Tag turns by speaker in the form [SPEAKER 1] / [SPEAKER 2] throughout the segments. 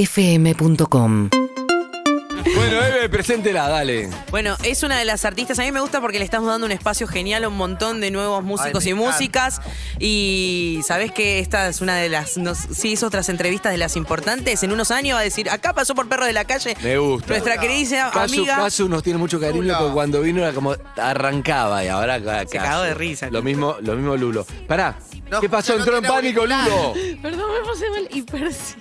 [SPEAKER 1] UrbanaPlayFM.com
[SPEAKER 2] Bueno, Eve, preséntela, dale.
[SPEAKER 3] Bueno, es una de las artistas. A mí me gusta porque le estamos dando un espacio genial a un montón de nuevos músicos
[SPEAKER 4] Ay,
[SPEAKER 3] y
[SPEAKER 4] me encanta.
[SPEAKER 3] músicas. Y sabés que esta es una de las. Nos, sí, hizo otras entrevistas de las importantes. En unos años va a decir: Acá pasó por Perro de la Calle.
[SPEAKER 2] Me gusta.
[SPEAKER 3] Nuestra queridísima
[SPEAKER 2] Casu,
[SPEAKER 3] amiga.
[SPEAKER 2] Casu nos tiene mucho cariño
[SPEAKER 4] Lula.
[SPEAKER 2] porque cuando vino era como arrancaba y ahora acá-
[SPEAKER 3] Se
[SPEAKER 2] Casu.
[SPEAKER 3] cagó de risa,
[SPEAKER 2] Lo
[SPEAKER 3] Lulo.
[SPEAKER 2] mismo, lo mismo Lulo. Pará.
[SPEAKER 4] No,
[SPEAKER 2] ¿Qué pasó?
[SPEAKER 4] no
[SPEAKER 2] Entró en
[SPEAKER 4] tiene
[SPEAKER 2] pánico, Lulo.
[SPEAKER 5] Perdón, me puse mal y persigo.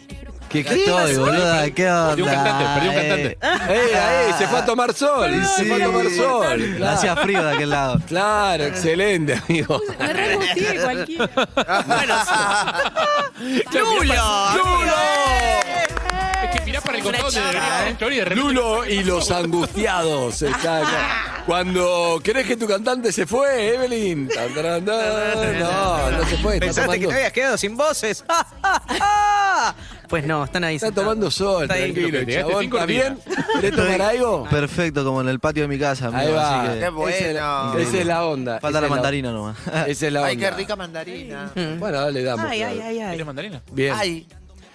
[SPEAKER 6] ¿Qué, qué estoy, boluda? ¿Qué onda?
[SPEAKER 7] Perdí un cantante, perdí un cantante.
[SPEAKER 2] Eh, eh, se fue a tomar sol.
[SPEAKER 6] Y
[SPEAKER 2] se fue a tomar sol.
[SPEAKER 6] La
[SPEAKER 2] Claro,
[SPEAKER 6] hacía frío de aquel lado.
[SPEAKER 2] Claro, excelente, amigo.
[SPEAKER 5] Pues, Me regustié cualquiera.
[SPEAKER 3] ¡Lulo!
[SPEAKER 2] ¡Lulo!
[SPEAKER 7] Es que mirá para el
[SPEAKER 3] Es una
[SPEAKER 7] costado te
[SPEAKER 3] chica,
[SPEAKER 7] debería
[SPEAKER 3] ¿eh?
[SPEAKER 7] hacer historia y de repente-
[SPEAKER 2] Lulo y los angustiados. Está acá. Cuando crees que tu cantante se fue, Evelyn. Tan, tan, tan. No, no se fue. Está
[SPEAKER 4] Pensaste que
[SPEAKER 2] tomando,
[SPEAKER 4] te habías quedado sin voces.
[SPEAKER 3] ¡Ah, ah, ah! Pues no, están ahí.
[SPEAKER 2] está
[SPEAKER 3] sentados.
[SPEAKER 2] tomando sol,
[SPEAKER 3] Está ahí.
[SPEAKER 2] tranquilo.
[SPEAKER 7] Te
[SPEAKER 2] Chabón,
[SPEAKER 7] pegaste cinco
[SPEAKER 2] ¿está bien? ¿Querés tomar
[SPEAKER 6] Estoy
[SPEAKER 2] algo?
[SPEAKER 6] Perfecto, como en el patio de mi casa. amigo,
[SPEAKER 2] Ahí va.
[SPEAKER 6] así que
[SPEAKER 4] Qué bueno.
[SPEAKER 2] Esa es la- Esa es la onda.
[SPEAKER 6] falta
[SPEAKER 2] Esa
[SPEAKER 6] la
[SPEAKER 2] es
[SPEAKER 6] mandarina nomás.
[SPEAKER 2] Esa es la onda.
[SPEAKER 4] Ay, qué rica mandarina.
[SPEAKER 2] Bueno, dale, damos.
[SPEAKER 3] Ay, ay,
[SPEAKER 2] claro.
[SPEAKER 3] ay, ay.
[SPEAKER 7] ¿Querés mandarina?
[SPEAKER 2] Bien.
[SPEAKER 4] Ay.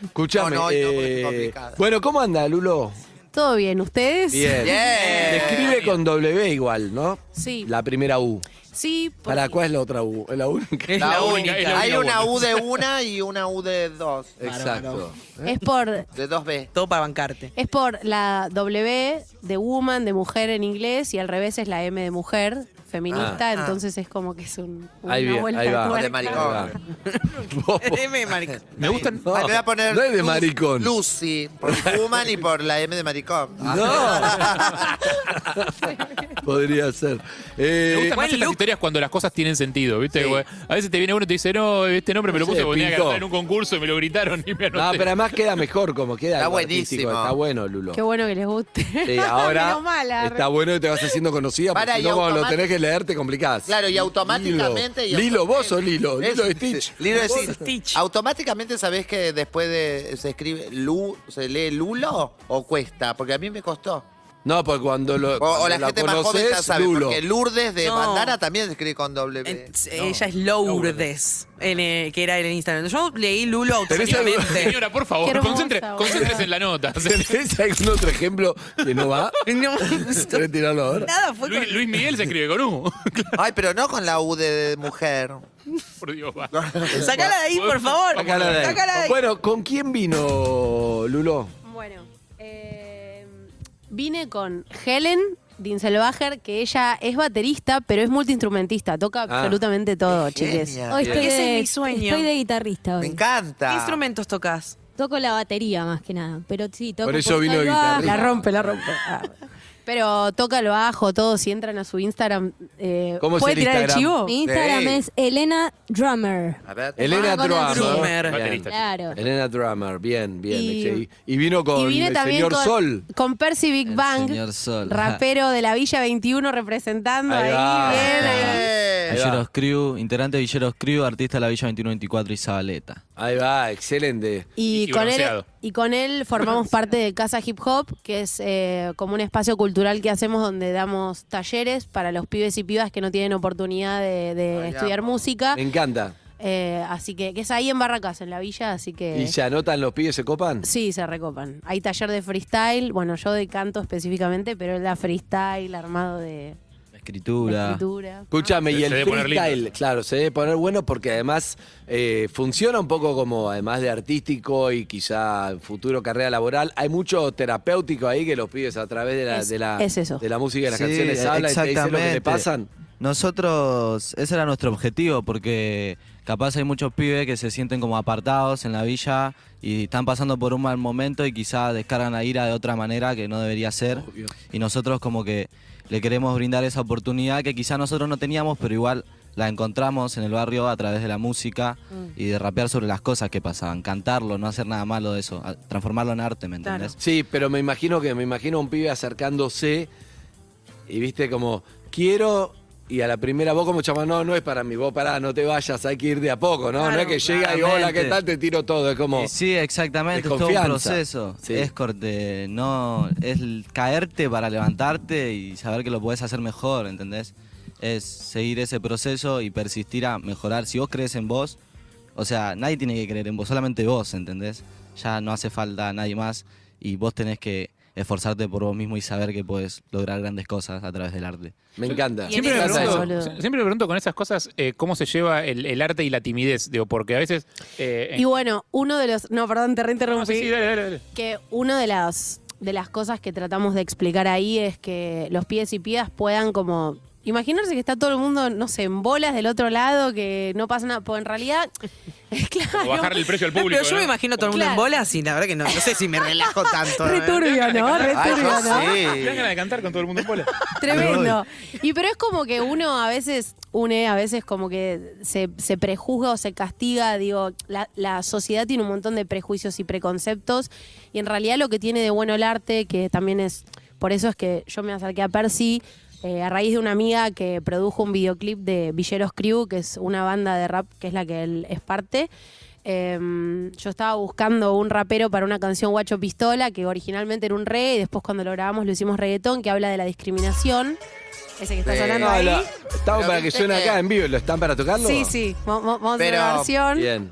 [SPEAKER 2] Escuchame.
[SPEAKER 4] No, no, hoy no, porque
[SPEAKER 2] eh,
[SPEAKER 4] es complicada.
[SPEAKER 2] bueno, ¿cómo anda, Lulo?
[SPEAKER 5] ¿Todo bien? ¿Ustedes?
[SPEAKER 2] Bien. Se escribe con W igual, ¿no?
[SPEAKER 5] Sí.
[SPEAKER 2] La primera U.
[SPEAKER 5] Sí. porque-
[SPEAKER 2] ¿Para cuál es la otra U? Es la única.
[SPEAKER 3] Es la única.
[SPEAKER 7] es la
[SPEAKER 4] Hay
[SPEAKER 7] única
[SPEAKER 4] una
[SPEAKER 7] buena.
[SPEAKER 4] U de una y una U de dos.
[SPEAKER 2] Exacto.
[SPEAKER 5] Es por,
[SPEAKER 4] De dos B.
[SPEAKER 3] Todo para bancarte.
[SPEAKER 5] es por la W de woman, de mujer en inglés, y al revés es la M de mujer, feminista, entonces es como que es un, una
[SPEAKER 2] Ah. Ahí bien,
[SPEAKER 5] vuelta
[SPEAKER 2] ahí
[SPEAKER 5] de
[SPEAKER 2] va.
[SPEAKER 5] tuerca.
[SPEAKER 4] De maricón.
[SPEAKER 2] Vos-
[SPEAKER 3] M, marica.
[SPEAKER 7] Me gustan.
[SPEAKER 2] No,
[SPEAKER 4] Ay, me voy a poner
[SPEAKER 2] no es de
[SPEAKER 4] Lu-
[SPEAKER 2] maricón.
[SPEAKER 4] Lucy, por Woman y por la M de maricón.
[SPEAKER 2] No. Podría ser. Eh,
[SPEAKER 7] Me gustan
[SPEAKER 3] Buen
[SPEAKER 7] más estas
[SPEAKER 3] look.
[SPEAKER 7] historias cuando las cosas tienen sentido, ¿viste?
[SPEAKER 2] Sí.
[SPEAKER 7] Güey? A veces te viene uno y te dice, no, este nombre me lo
[SPEAKER 2] Sí,
[SPEAKER 7] puse porque tenía que
[SPEAKER 2] pintó.
[SPEAKER 7] cantar en un concurso y me lo gritaron y me
[SPEAKER 2] no,
[SPEAKER 7] anoté.
[SPEAKER 2] pero además queda mejor como queda.
[SPEAKER 4] Está
[SPEAKER 2] algo artístico.
[SPEAKER 4] buenísimo.
[SPEAKER 2] Está bueno, Lulo.
[SPEAKER 5] Qué bueno que les guste.
[SPEAKER 2] Sí, ah. ahora
[SPEAKER 5] Menos mala.
[SPEAKER 2] está bueno que te vas haciendo conocida porque
[SPEAKER 4] Para,
[SPEAKER 2] si
[SPEAKER 4] y
[SPEAKER 2] no cuando lo
[SPEAKER 4] automáti-
[SPEAKER 2] tenés que leer te complicás.
[SPEAKER 4] Claro, y automáticamente. y
[SPEAKER 2] Lilo, Lilo, vos sos
[SPEAKER 4] automáticamente-
[SPEAKER 2] Lilo.
[SPEAKER 4] Es-
[SPEAKER 2] Lilo es Stitch.
[SPEAKER 4] Lilo es
[SPEAKER 2] Vos-
[SPEAKER 4] Stitch.
[SPEAKER 3] Stitch.
[SPEAKER 4] Automáticamente sabés que después de. se escribe. Lu, ¿Se lee Lulo o cuesta? Porque a mí me costó.
[SPEAKER 2] No, porque cuando lo
[SPEAKER 4] O, o
[SPEAKER 2] cuando
[SPEAKER 4] la gente más joven ya sabe,
[SPEAKER 2] Lulo.
[SPEAKER 4] porque Lourdes de
[SPEAKER 3] No.
[SPEAKER 4] Bandana también se escribe con doble B.
[SPEAKER 3] En- Ella es Lourdes, en, eh, que era en Instagram. Yo leí Lulo
[SPEAKER 2] Tenés algo-
[SPEAKER 3] automáticamente.
[SPEAKER 7] Señora, por
[SPEAKER 5] Qué
[SPEAKER 7] favor,
[SPEAKER 5] hermosa,
[SPEAKER 7] concentre,
[SPEAKER 5] boludo.
[SPEAKER 7] concéntrese en la nota.
[SPEAKER 2] ¿Tenés algún otro ejemplo que no va?
[SPEAKER 3] No,
[SPEAKER 2] ¿Querés tirarlo ahora?
[SPEAKER 3] nada, fue con-
[SPEAKER 7] Luis, Luis Miguel se escribe con U.
[SPEAKER 4] Ay, pero no con la U de mujer.
[SPEAKER 7] por Dios, va.
[SPEAKER 3] Sacala de ahí, por favor.
[SPEAKER 2] Sacala de ahí.
[SPEAKER 3] Sacala de ahí.
[SPEAKER 2] Bueno, ¿con quién vino Lulo?
[SPEAKER 5] Bueno, eh, vine con Helen Dinselbacher, que ella es baterista, pero es multiinstrumentista, toca
[SPEAKER 2] Ah.
[SPEAKER 5] absolutamente todo, chiques.
[SPEAKER 4] genia.
[SPEAKER 8] Hoy
[SPEAKER 2] Bien.
[SPEAKER 8] estoy
[SPEAKER 3] Ese
[SPEAKER 8] de,
[SPEAKER 3] es mi sueño.
[SPEAKER 8] Estoy de guitarrista
[SPEAKER 4] Me
[SPEAKER 8] hoy.
[SPEAKER 4] encanta.
[SPEAKER 3] ¿Qué instrumentos tocas?
[SPEAKER 8] Toco la batería más que nada, pero sí, toco
[SPEAKER 2] Por eso
[SPEAKER 8] por
[SPEAKER 2] vino
[SPEAKER 8] ahí
[SPEAKER 2] de
[SPEAKER 8] va.
[SPEAKER 2] guitarrista.
[SPEAKER 8] La rompe, la rompe.
[SPEAKER 5] Ah. Pero toca el bajo, todo, si entran a su Instagram, eh,
[SPEAKER 2] ¿Cómo es
[SPEAKER 5] ¿puede
[SPEAKER 2] el
[SPEAKER 5] tirar
[SPEAKER 2] Instagram?
[SPEAKER 5] el chivo?
[SPEAKER 8] Mi Instagram
[SPEAKER 4] Sí.
[SPEAKER 8] es Elena Drummer.
[SPEAKER 4] A ver.
[SPEAKER 2] Elena
[SPEAKER 8] Ah, con el
[SPEAKER 2] Drummer.
[SPEAKER 3] drummer.
[SPEAKER 2] Bien.
[SPEAKER 8] Claro.
[SPEAKER 2] Elena Drummer, bien, bien.
[SPEAKER 5] Y-
[SPEAKER 2] excelente. Y, vino con
[SPEAKER 5] y vine
[SPEAKER 2] el
[SPEAKER 5] también
[SPEAKER 2] señor
[SPEAKER 5] con,
[SPEAKER 2] Sol.
[SPEAKER 5] con Percy Big
[SPEAKER 6] El
[SPEAKER 5] Bang,
[SPEAKER 6] señor Sol.
[SPEAKER 5] rapero de la Villa 21 representando
[SPEAKER 2] Ahí
[SPEAKER 5] ahí.
[SPEAKER 2] va.
[SPEAKER 5] bien, ahí.
[SPEAKER 4] Eh,
[SPEAKER 6] Villeros Crew, integrante de Villeros Crew, artista de la Villa 2124 y Zabaleta.
[SPEAKER 2] Ahí va, excelente.
[SPEAKER 5] Y,
[SPEAKER 7] Y
[SPEAKER 5] con él,
[SPEAKER 7] bronceado.
[SPEAKER 5] y con él formamos parte de Casa Hip Hop, que es eh, como un espacio cultural que hacemos donde damos talleres para los pibes y pibas que no tienen oportunidad de, de
[SPEAKER 4] Ay,
[SPEAKER 5] estudiar
[SPEAKER 4] amo.
[SPEAKER 5] música.
[SPEAKER 2] Me encanta.
[SPEAKER 5] Eh, así que, que es ahí en Barracas, en la villa, así que...
[SPEAKER 2] ¿Y se anotan los pibes, se copan?
[SPEAKER 5] Sí, se recopan. Hay taller de freestyle, bueno, yo de canto específicamente, pero él da freestyle, armado de, de
[SPEAKER 6] Escritura.
[SPEAKER 5] escritura.
[SPEAKER 2] Escúchame,
[SPEAKER 7] Se-
[SPEAKER 2] y
[SPEAKER 7] se
[SPEAKER 2] el
[SPEAKER 7] debe poner
[SPEAKER 2] freestyle,
[SPEAKER 7] lindo.
[SPEAKER 2] claro, se debe poner bueno porque además eh, funciona un poco como, además de artístico y quizá futuro carrera laboral, hay mucho terapéutico ahí que los pibes a través de la,
[SPEAKER 5] Es-
[SPEAKER 2] de la,
[SPEAKER 5] es eso.
[SPEAKER 2] De la música y las
[SPEAKER 6] Sí,
[SPEAKER 2] canciones hablan y te dicen lo que
[SPEAKER 6] exactamente.
[SPEAKER 2] le pasan.
[SPEAKER 6] Nosotros, ese era nuestro objetivo, porque capaz hay muchos pibes que se sienten como apartados en la villa y están pasando por un mal momento y quizá descargan la ira de otra manera que no debería ser.
[SPEAKER 2] Obvio.
[SPEAKER 6] Y nosotros como que le queremos brindar esa oportunidad que quizá nosotros no teníamos, pero igual la encontramos en el barrio a través de la música y de rapear sobre las cosas que pasaban, cantarlo, no hacer nada malo de eso, a- transformarlo en arte, ¿me
[SPEAKER 3] Claro.
[SPEAKER 6] entendés?
[SPEAKER 2] Sí, pero me imagino que me imagino a un pibe acercándose y viste como, quiero, y a la primera vos como chama, no, no es para mí, vos pará, no te vayas, hay que ir de a poco, ¿no? no es que llega y hola, ¿qué
[SPEAKER 6] claramente.
[SPEAKER 2] tal? Te tiro todo, es como...
[SPEAKER 6] Eh, Sí, exactamente, es todo un
[SPEAKER 2] Desconfianza.
[SPEAKER 6] proceso.
[SPEAKER 2] Sí.
[SPEAKER 6] Es corte, no, es l- caerte para levantarte y saber que lo puedes hacer mejor, ¿entendés? Es seguir ese proceso y persistir a mejorar. Si vos crees en vos, o sea, nadie tiene que creer en vos, solamente vos, ¿entendés? ya no hace falta nadie más y vos tenés que esforzarte por vos mismo y saber que puedes lograr grandes cosas a través del arte.
[SPEAKER 2] Me encanta.
[SPEAKER 3] Y en
[SPEAKER 7] Siempre me,
[SPEAKER 5] eso-
[SPEAKER 7] pregunto,
[SPEAKER 5] Boludo.
[SPEAKER 7] sie- siempre me pregunto con esas cosas eh, cómo se lleva el, el arte y la timidez. Digo, porque a veces. eh, en-
[SPEAKER 5] Y bueno, uno de los. No, perdón, te reinterrumpí.
[SPEAKER 7] No, sí, sí, dale, dale, dale.
[SPEAKER 5] Que una de las, de las cosas que tratamos de explicar ahí es que los pies y pías puedan como... Imaginarse que está todo el mundo, no sé, en bolas del otro lado, que no pasa nada. Pues en realidad,
[SPEAKER 7] Como
[SPEAKER 5] claro.
[SPEAKER 7] bajarle el precio al
[SPEAKER 3] No,
[SPEAKER 7] público.
[SPEAKER 3] pero yo me
[SPEAKER 7] ¿no?
[SPEAKER 3] imagino todo el mundo en
[SPEAKER 5] Claro.
[SPEAKER 3] bolas y la verdad que no, no sé si me relajo tanto.
[SPEAKER 5] Re turbio, ¿no? Re
[SPEAKER 4] Ay,
[SPEAKER 5] turbio,
[SPEAKER 4] yo
[SPEAKER 5] ¿no?
[SPEAKER 7] Te dan Ah, ganas de cantar con todo el mundo en bola.
[SPEAKER 5] Tremendo. Y pero es como que uno a veces une, a veces como que se, se prejuzga o se castiga. Digo, la, la sociedad tiene un montón de prejuicios y preconceptos. Y en realidad lo que tiene de bueno el arte, que también es. Por eso es que yo me acerqué a Percy. eh, a raíz de una amiga que produjo un videoclip de Villeros Crew, que es una banda de rap que es la que él es parte, Em, yo estaba buscando un rapero para una canción Guacho Pistola, que originalmente era un reggae, y después cuando lo grabamos lo hicimos reggaetón, que habla de la discriminación. Ese que está
[SPEAKER 4] Sí.
[SPEAKER 5] sonando
[SPEAKER 2] No,
[SPEAKER 5] ahí.
[SPEAKER 2] la- estamos
[SPEAKER 4] Pero
[SPEAKER 2] para que
[SPEAKER 4] viste
[SPEAKER 2] suene
[SPEAKER 4] que-
[SPEAKER 2] acá en vivo. ¿Lo están para tocarlo?
[SPEAKER 5] Sí, sí, va- va- vamos
[SPEAKER 4] Pero-
[SPEAKER 5] a hacer una versión.
[SPEAKER 2] Bien.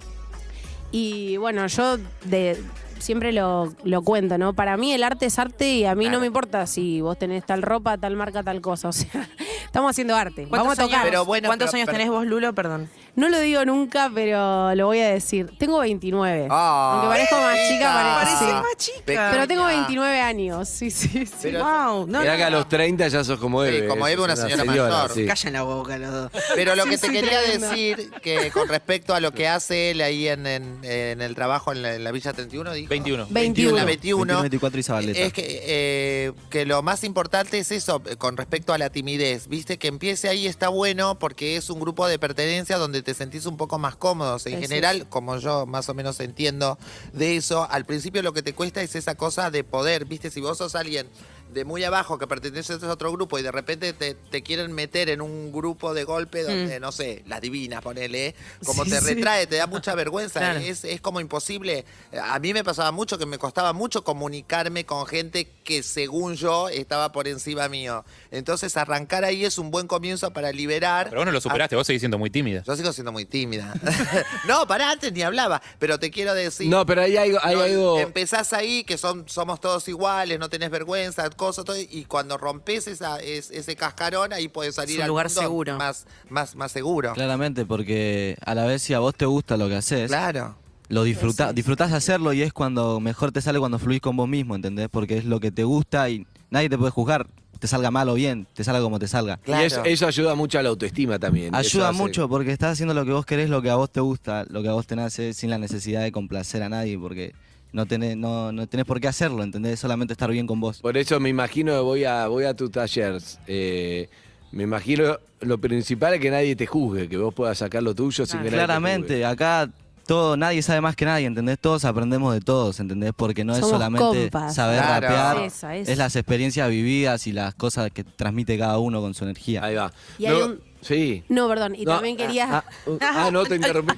[SPEAKER 5] Y bueno, yo de, siempre lo, lo cuento, ¿no? Para mí el arte es arte y a mí no me importa si vos tenés tal ropa, tal marca, tal cosa. O sea, estamos haciendo arte. Vamos a tocar.
[SPEAKER 4] Pero bueno,
[SPEAKER 3] ¿Cuántos
[SPEAKER 4] pero-
[SPEAKER 3] años
[SPEAKER 4] pero-
[SPEAKER 3] tenés vos, Lulo? Perdón.
[SPEAKER 5] No lo digo nunca, pero lo voy a decir. Tengo 29.
[SPEAKER 4] Ah,
[SPEAKER 5] Aunque parezco más chica,
[SPEAKER 4] chica.
[SPEAKER 5] pare-
[SPEAKER 4] Parece
[SPEAKER 5] sí.
[SPEAKER 2] Ah,
[SPEAKER 4] más
[SPEAKER 3] Ah, chica.
[SPEAKER 5] Pero tengo 29 años, sí, sí, sí.
[SPEAKER 4] Pero-
[SPEAKER 3] Wow, no,
[SPEAKER 2] Mirá
[SPEAKER 3] no,
[SPEAKER 2] que a
[SPEAKER 3] no.
[SPEAKER 2] los 30 ya sos como Eve.
[SPEAKER 4] como Eve,
[SPEAKER 2] sos
[SPEAKER 4] una señora mayor.
[SPEAKER 2] sí.
[SPEAKER 3] Callan la boca los dos.
[SPEAKER 4] Pero lo que te
[SPEAKER 5] sí,
[SPEAKER 4] quería
[SPEAKER 5] tremendo.
[SPEAKER 4] decir, que con respecto a lo que hace él ahí en, en- en el trabajo en la, en la Villa 31, dijo.
[SPEAKER 7] 21.
[SPEAKER 5] 21.
[SPEAKER 4] La 21.
[SPEAKER 6] 24 y Zabaleta.
[SPEAKER 4] Es que, eh, que lo más importante es eso, eh, con respecto a la timidez. Viste que empiece ahí está bueno porque es un grupo de pertenencia donde te sentís un poco más cómodos. En
[SPEAKER 5] Así
[SPEAKER 4] general, como yo más o menos entiendo de eso, al principio lo que te cuesta es esa cosa de poder. Viste, si vos sos alguien de muy abajo que perteneces a otro grupo y de repente te, te quieren meter en un grupo de golpe donde, no sé, las divinas, ponele, ¿eh? como
[SPEAKER 5] Mm. Sí,
[SPEAKER 4] te
[SPEAKER 5] sí.
[SPEAKER 4] retrae, te da mucha vergüenza.
[SPEAKER 3] Claro.
[SPEAKER 4] Es, es como imposible. A mí me pasaba mucho que me costaba mucho comunicarme con gente que según yo estaba por encima mío. Entonces arrancar ahí es un buen comienzo para liberar.
[SPEAKER 7] Pero vos no lo superaste, vos seguís siendo muy tímida.
[SPEAKER 4] Yo sigo siendo muy tímida. no, para antes ni hablaba, pero te quiero decir...
[SPEAKER 2] No, pero hay algo. Hay
[SPEAKER 4] No,
[SPEAKER 2] algo
[SPEAKER 4] Empezás ahí, que son, somos todos iguales, no tenés vergüenza, cosas, todo, y cuando rompes esa, es- ese cascarón, ahí puedes salir
[SPEAKER 3] Es un
[SPEAKER 4] al
[SPEAKER 3] lugar
[SPEAKER 4] mundo
[SPEAKER 3] seguro.
[SPEAKER 4] Más, más, más seguro.
[SPEAKER 6] Claramente, porque a la vez si a vos te gusta lo que haces,
[SPEAKER 4] Claro.
[SPEAKER 6] lo disfruta, disfrutás de hacerlo y es cuando mejor te sale cuando fluís con vos mismo, ¿entendés? Porque es lo que te gusta y nadie te puede juzgar, te salga mal o bien, te salga como te salga.
[SPEAKER 2] Y es- eso ayuda mucho a la autoestima también. Eso
[SPEAKER 6] Ayuda
[SPEAKER 2] hace-
[SPEAKER 6] mucho porque estás haciendo lo que vos querés, lo que a vos te gusta, lo que a vos te nace, sin la necesidad de complacer a nadie, porque no tenés, no, no tenés por qué hacerlo, ¿entendés? Solamente estar bien con vos.
[SPEAKER 2] Por eso me imagino que voy a, voy a tu taller. eh, me imagino lo principal es que nadie te juzgue, que vos puedas sacar lo tuyo sin que nadie te
[SPEAKER 6] Ah, Claramente, acá todo, nadie sabe más que nadie, ¿entendés? Todos aprendemos de todos, ¿entendés? Porque no es
[SPEAKER 5] Somos
[SPEAKER 6] solamente
[SPEAKER 5] compas.
[SPEAKER 6] saber
[SPEAKER 4] Claro.
[SPEAKER 6] rapear,
[SPEAKER 5] Esa, esa.
[SPEAKER 6] es las experiencias vividas y las cosas que transmite cada uno con su energía.
[SPEAKER 2] juzgue. Ahí va.
[SPEAKER 5] Y hay
[SPEAKER 2] No,
[SPEAKER 5] un-
[SPEAKER 2] Sí.
[SPEAKER 5] No, perdón, y
[SPEAKER 2] No,
[SPEAKER 5] también quería
[SPEAKER 2] Ah, ah, ah, no, te interrumpí.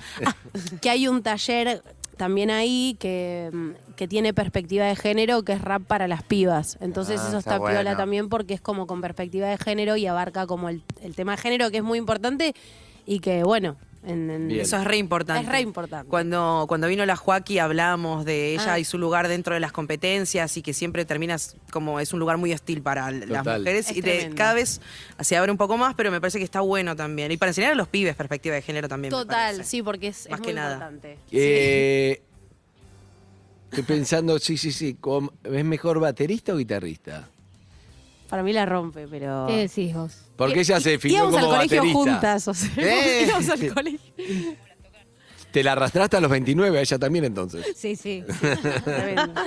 [SPEAKER 5] que hay un taller también ahí que, mm, que tiene perspectiva de género, que es rap para las pibas. Entonces
[SPEAKER 4] Ah,
[SPEAKER 5] eso
[SPEAKER 4] está
[SPEAKER 5] está piola
[SPEAKER 4] bueno.
[SPEAKER 5] también porque es como con perspectiva de género y abarca como el, el tema de género, que es muy importante y que, bueno, en, en-
[SPEAKER 2] Bien.
[SPEAKER 5] eso
[SPEAKER 3] Eso es re importante.
[SPEAKER 5] Es re importante.
[SPEAKER 3] Cuando, cuando vino la Joaquí hablamos de ella
[SPEAKER 5] Ah.
[SPEAKER 3] y su lugar dentro de las competencias y que siempre terminas como es un lugar muy hostil para l- las
[SPEAKER 2] Total.
[SPEAKER 3] mujeres
[SPEAKER 5] Es
[SPEAKER 3] y te-
[SPEAKER 5] tremendo.
[SPEAKER 3] cada vez se abre un poco más, pero me parece que está bueno también. Y para enseñar a los pibes perspectiva de género también. me
[SPEAKER 5] Total,
[SPEAKER 3] parece.
[SPEAKER 5] sí, porque es, es
[SPEAKER 3] Más que
[SPEAKER 5] muy
[SPEAKER 3] nada.
[SPEAKER 5] importante.
[SPEAKER 2] Eh, estoy pensando, sí, sí, sí. ¿cómo- ¿Es mejor baterista o guitarrista?
[SPEAKER 5] Para mí la rompe, pero...
[SPEAKER 8] ¿Qué decís vos?
[SPEAKER 2] Porque ella se definió
[SPEAKER 5] Íbamos
[SPEAKER 2] como
[SPEAKER 5] al colegio
[SPEAKER 2] baterista.
[SPEAKER 5] juntas, o sea,
[SPEAKER 4] ¿Eh?
[SPEAKER 5] íbamos al colegio.
[SPEAKER 2] Te la arrastraste a los 29, a ella también entonces.
[SPEAKER 8] Sí, sí.
[SPEAKER 5] Tremendo.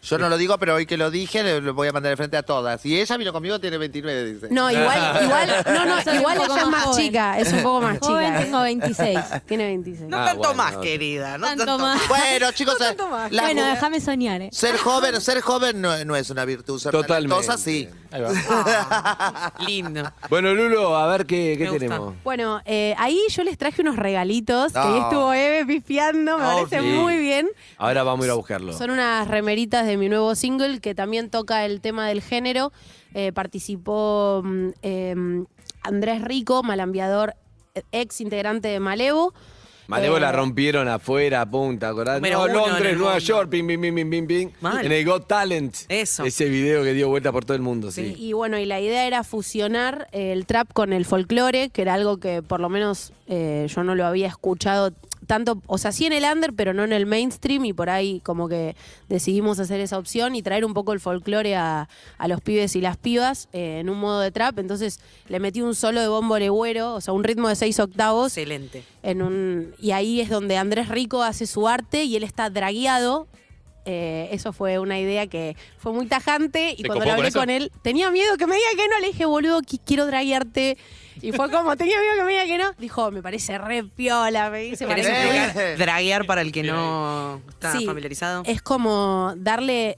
[SPEAKER 4] Yo no lo digo, pero hoy que lo dije, le, lo voy a mandar de frente a todas. Y ella vino conmigo, tiene 29, dice.
[SPEAKER 5] No, igual, igual, no, no,
[SPEAKER 8] Soy un
[SPEAKER 5] igual
[SPEAKER 8] poco
[SPEAKER 5] ella es
[SPEAKER 8] más
[SPEAKER 5] más
[SPEAKER 8] joven.
[SPEAKER 5] chica, es un poco más
[SPEAKER 8] Joven,
[SPEAKER 5] chica. ¿eh?
[SPEAKER 8] tengo 26.
[SPEAKER 5] Tiene 26.
[SPEAKER 3] No
[SPEAKER 2] Ah,
[SPEAKER 3] tanto
[SPEAKER 2] bueno,
[SPEAKER 3] más,
[SPEAKER 2] ok.
[SPEAKER 3] querida. No
[SPEAKER 8] Tanto
[SPEAKER 3] tanto,
[SPEAKER 8] más.
[SPEAKER 3] más.
[SPEAKER 4] Bueno, chicos, eh, la
[SPEAKER 8] bueno,
[SPEAKER 4] ju-
[SPEAKER 8] déjame soñar, ¿eh?
[SPEAKER 4] ser joven, ser joven no, no es una virtud. Ser
[SPEAKER 2] Totalmente.
[SPEAKER 4] talentosa, sí.
[SPEAKER 7] Ahí va.
[SPEAKER 3] Lindo.
[SPEAKER 2] Bueno, Lulo, a ver qué, qué
[SPEAKER 3] Me gusta.
[SPEAKER 2] tenemos.
[SPEAKER 5] Bueno, eh, ahí yo les traje unos regalitos, que ahí
[SPEAKER 4] No.
[SPEAKER 5] estuvo Eve pifiando, me
[SPEAKER 4] Oh,
[SPEAKER 5] parece
[SPEAKER 2] sí.
[SPEAKER 5] muy bien.
[SPEAKER 2] Ahora vamos a ir a buscarlo.
[SPEAKER 5] Son unas remeritas de mi nuevo single que también toca el tema del género. Eh, participó mm, eh, Andrés Rico, malambiador, eh, ex integrante de Malevo.
[SPEAKER 2] Malévola rompieron afuera, punta, ¿acordás?
[SPEAKER 3] Número
[SPEAKER 2] No,
[SPEAKER 3] uno en
[SPEAKER 2] Londres,
[SPEAKER 3] el
[SPEAKER 2] Nueva
[SPEAKER 3] mundo.
[SPEAKER 2] York, pim, pim, pim, pim, pim, pim.
[SPEAKER 3] Mal.
[SPEAKER 2] En el Got Talent.
[SPEAKER 3] Eso.
[SPEAKER 2] Ese video que dio vuelta por todo el mundo, sí.
[SPEAKER 8] Y bueno, y la idea era fusionar el trap con el folclore, que era algo que por lo menos eh, yo no lo había escuchado tanto, o sea, sí en el under, pero no en el mainstream, y por ahí como que decidimos hacer esa opción y traer un poco el folclore a, a los pibes y las pibas eh, en un modo de trap. Entonces le metí un solo de bombo legüero, o sea, un ritmo de seis octavos,
[SPEAKER 3] Excelente.
[SPEAKER 8] en un, y ahí es donde Andrés Rico hace su arte y él está dragueado. Eh, eso fue una idea que fue muy tajante y
[SPEAKER 7] ¿Te
[SPEAKER 8] cuando
[SPEAKER 7] copó
[SPEAKER 8] lo hablé
[SPEAKER 7] con
[SPEAKER 8] con,
[SPEAKER 7] eso?
[SPEAKER 8] él tenía miedo que me diga que no. Le dije, boludo, qui- quiero draguearte. Y fue como, tenía miedo que me diga que no. Dijo, me parece re piola, me dice.
[SPEAKER 3] ¿Querés
[SPEAKER 8] "parece re
[SPEAKER 4] bien.
[SPEAKER 3] explicar draguear para el que no está
[SPEAKER 8] Sí.
[SPEAKER 3] familiarizado?
[SPEAKER 8] es como darle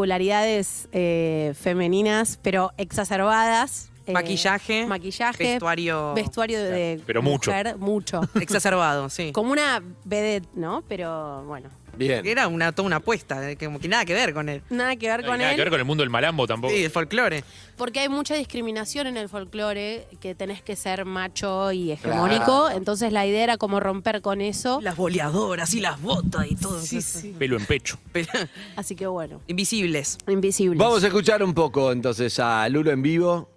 [SPEAKER 8] particularidades eh, femeninas, pero exacerbadas. eh,
[SPEAKER 3] Maquillaje,
[SPEAKER 8] Maquillaje.
[SPEAKER 3] vestuario-
[SPEAKER 8] Vestuario de
[SPEAKER 7] Pero mucho.
[SPEAKER 8] mujer, mucho.
[SPEAKER 3] Exacerbado, sí.
[SPEAKER 8] Como una vedette, ¿no? Pero bueno,
[SPEAKER 2] Bien.
[SPEAKER 3] Era una, toda una apuesta, eh, como que nada que ver con él.
[SPEAKER 8] nada que ver
[SPEAKER 7] No hay
[SPEAKER 8] con
[SPEAKER 7] nada
[SPEAKER 8] él.
[SPEAKER 7] que ver con el mundo del malambo tampoco.
[SPEAKER 3] Sí, el folclore.
[SPEAKER 8] Porque hay mucha discriminación en el folclore, que tenés que ser macho y hegemónico. Entonces la idea era como romper con eso.
[SPEAKER 3] Las boleadoras y las botas y todo.
[SPEAKER 8] Sí, sí.
[SPEAKER 7] Pelo en pecho.
[SPEAKER 3] Pero-
[SPEAKER 8] Así que bueno,
[SPEAKER 3] Invisibles.
[SPEAKER 8] invisibles.
[SPEAKER 2] Vamos a escuchar un poco entonces a Lulo en vivo,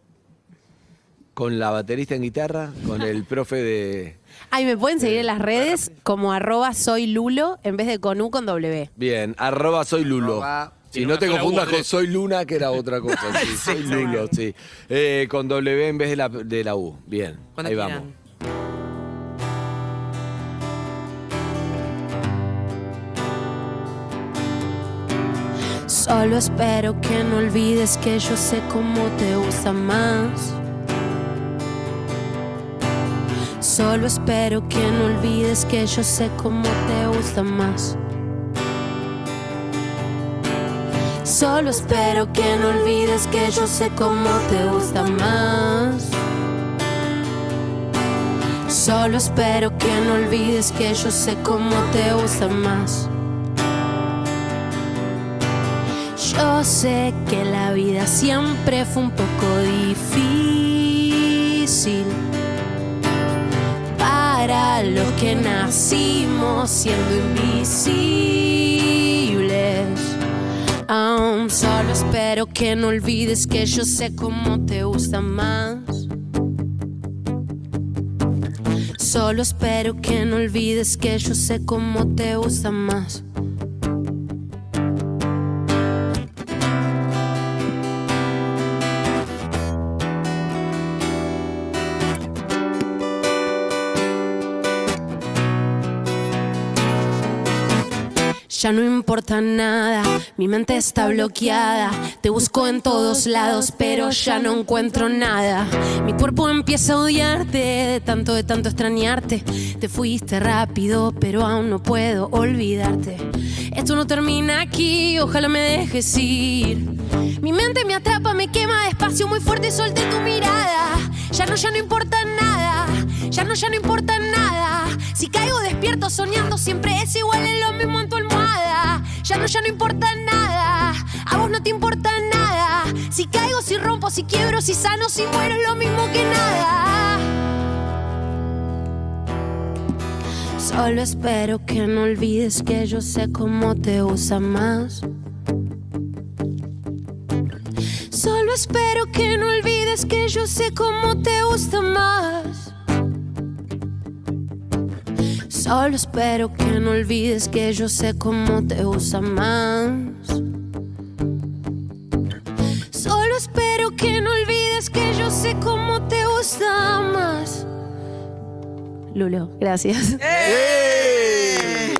[SPEAKER 2] con la baterista en guitarra, con el profe de.
[SPEAKER 8] Ay, me pueden seguir en las redes como arroba soy Lulo en vez de con U con W.
[SPEAKER 2] Bien, arroba soy Lulo.
[SPEAKER 4] Arroba.
[SPEAKER 2] Si no te
[SPEAKER 7] Tiene una sola
[SPEAKER 2] confundas
[SPEAKER 7] U,
[SPEAKER 2] con
[SPEAKER 7] tres.
[SPEAKER 2] soy Luna, que era otra cosa. sí, soy Lulo, sí. Eh, con W en vez de la, de la U. Bien,
[SPEAKER 3] Cuando
[SPEAKER 2] ahí
[SPEAKER 3] quieran.
[SPEAKER 2] vamos.
[SPEAKER 8] Solo espero que no olvides que yo sé cómo te gusta más. Solo espero que no olvides que yo sé cómo te gusta más. Solo espero que no olvides que yo sé cómo te gusta más. Solo espero que no olvides que yo sé cómo te gusta más. Yo sé que la vida siempre fue un poco difícil para los que nacimos siendo invisibles. Aún solo espero que no olvides que yo sé cómo te gusta más. Solo espero que no olvides que yo sé cómo te gusta más. Ya no importa nada, mi mente está bloqueada. Te busco en todos lados, pero ya no encuentro nada. Mi cuerpo empieza a odiarte, de tanto, de tanto extrañarte. Te fuiste rápido, pero aún no puedo olvidarte. Esto no termina aquí, ojalá me dejes ir. Mi mente me atrapa, me quema despacio, muy fuerte, solté tu mirada. Ya no, ya no importa nada, ya no, ya no importa nada. Si caigo despierto soñando, siempre es igual en lo mismo en tu almohada. Ya no, ya no importa nada, a vos no te importa nada. Si caigo, si rompo, si quiebro, si sano, si muero, es lo mismo que nada. Solo espero que no olvides que yo sé cómo te usa más. Solo espero que no olvides que yo sé cómo te gusta más. Solo espero que no olvides que yo sé cómo te gusta más. Solo espero que no olvides que yo sé cómo te gusta más. Lulo, gracias.
[SPEAKER 2] ¡Eh!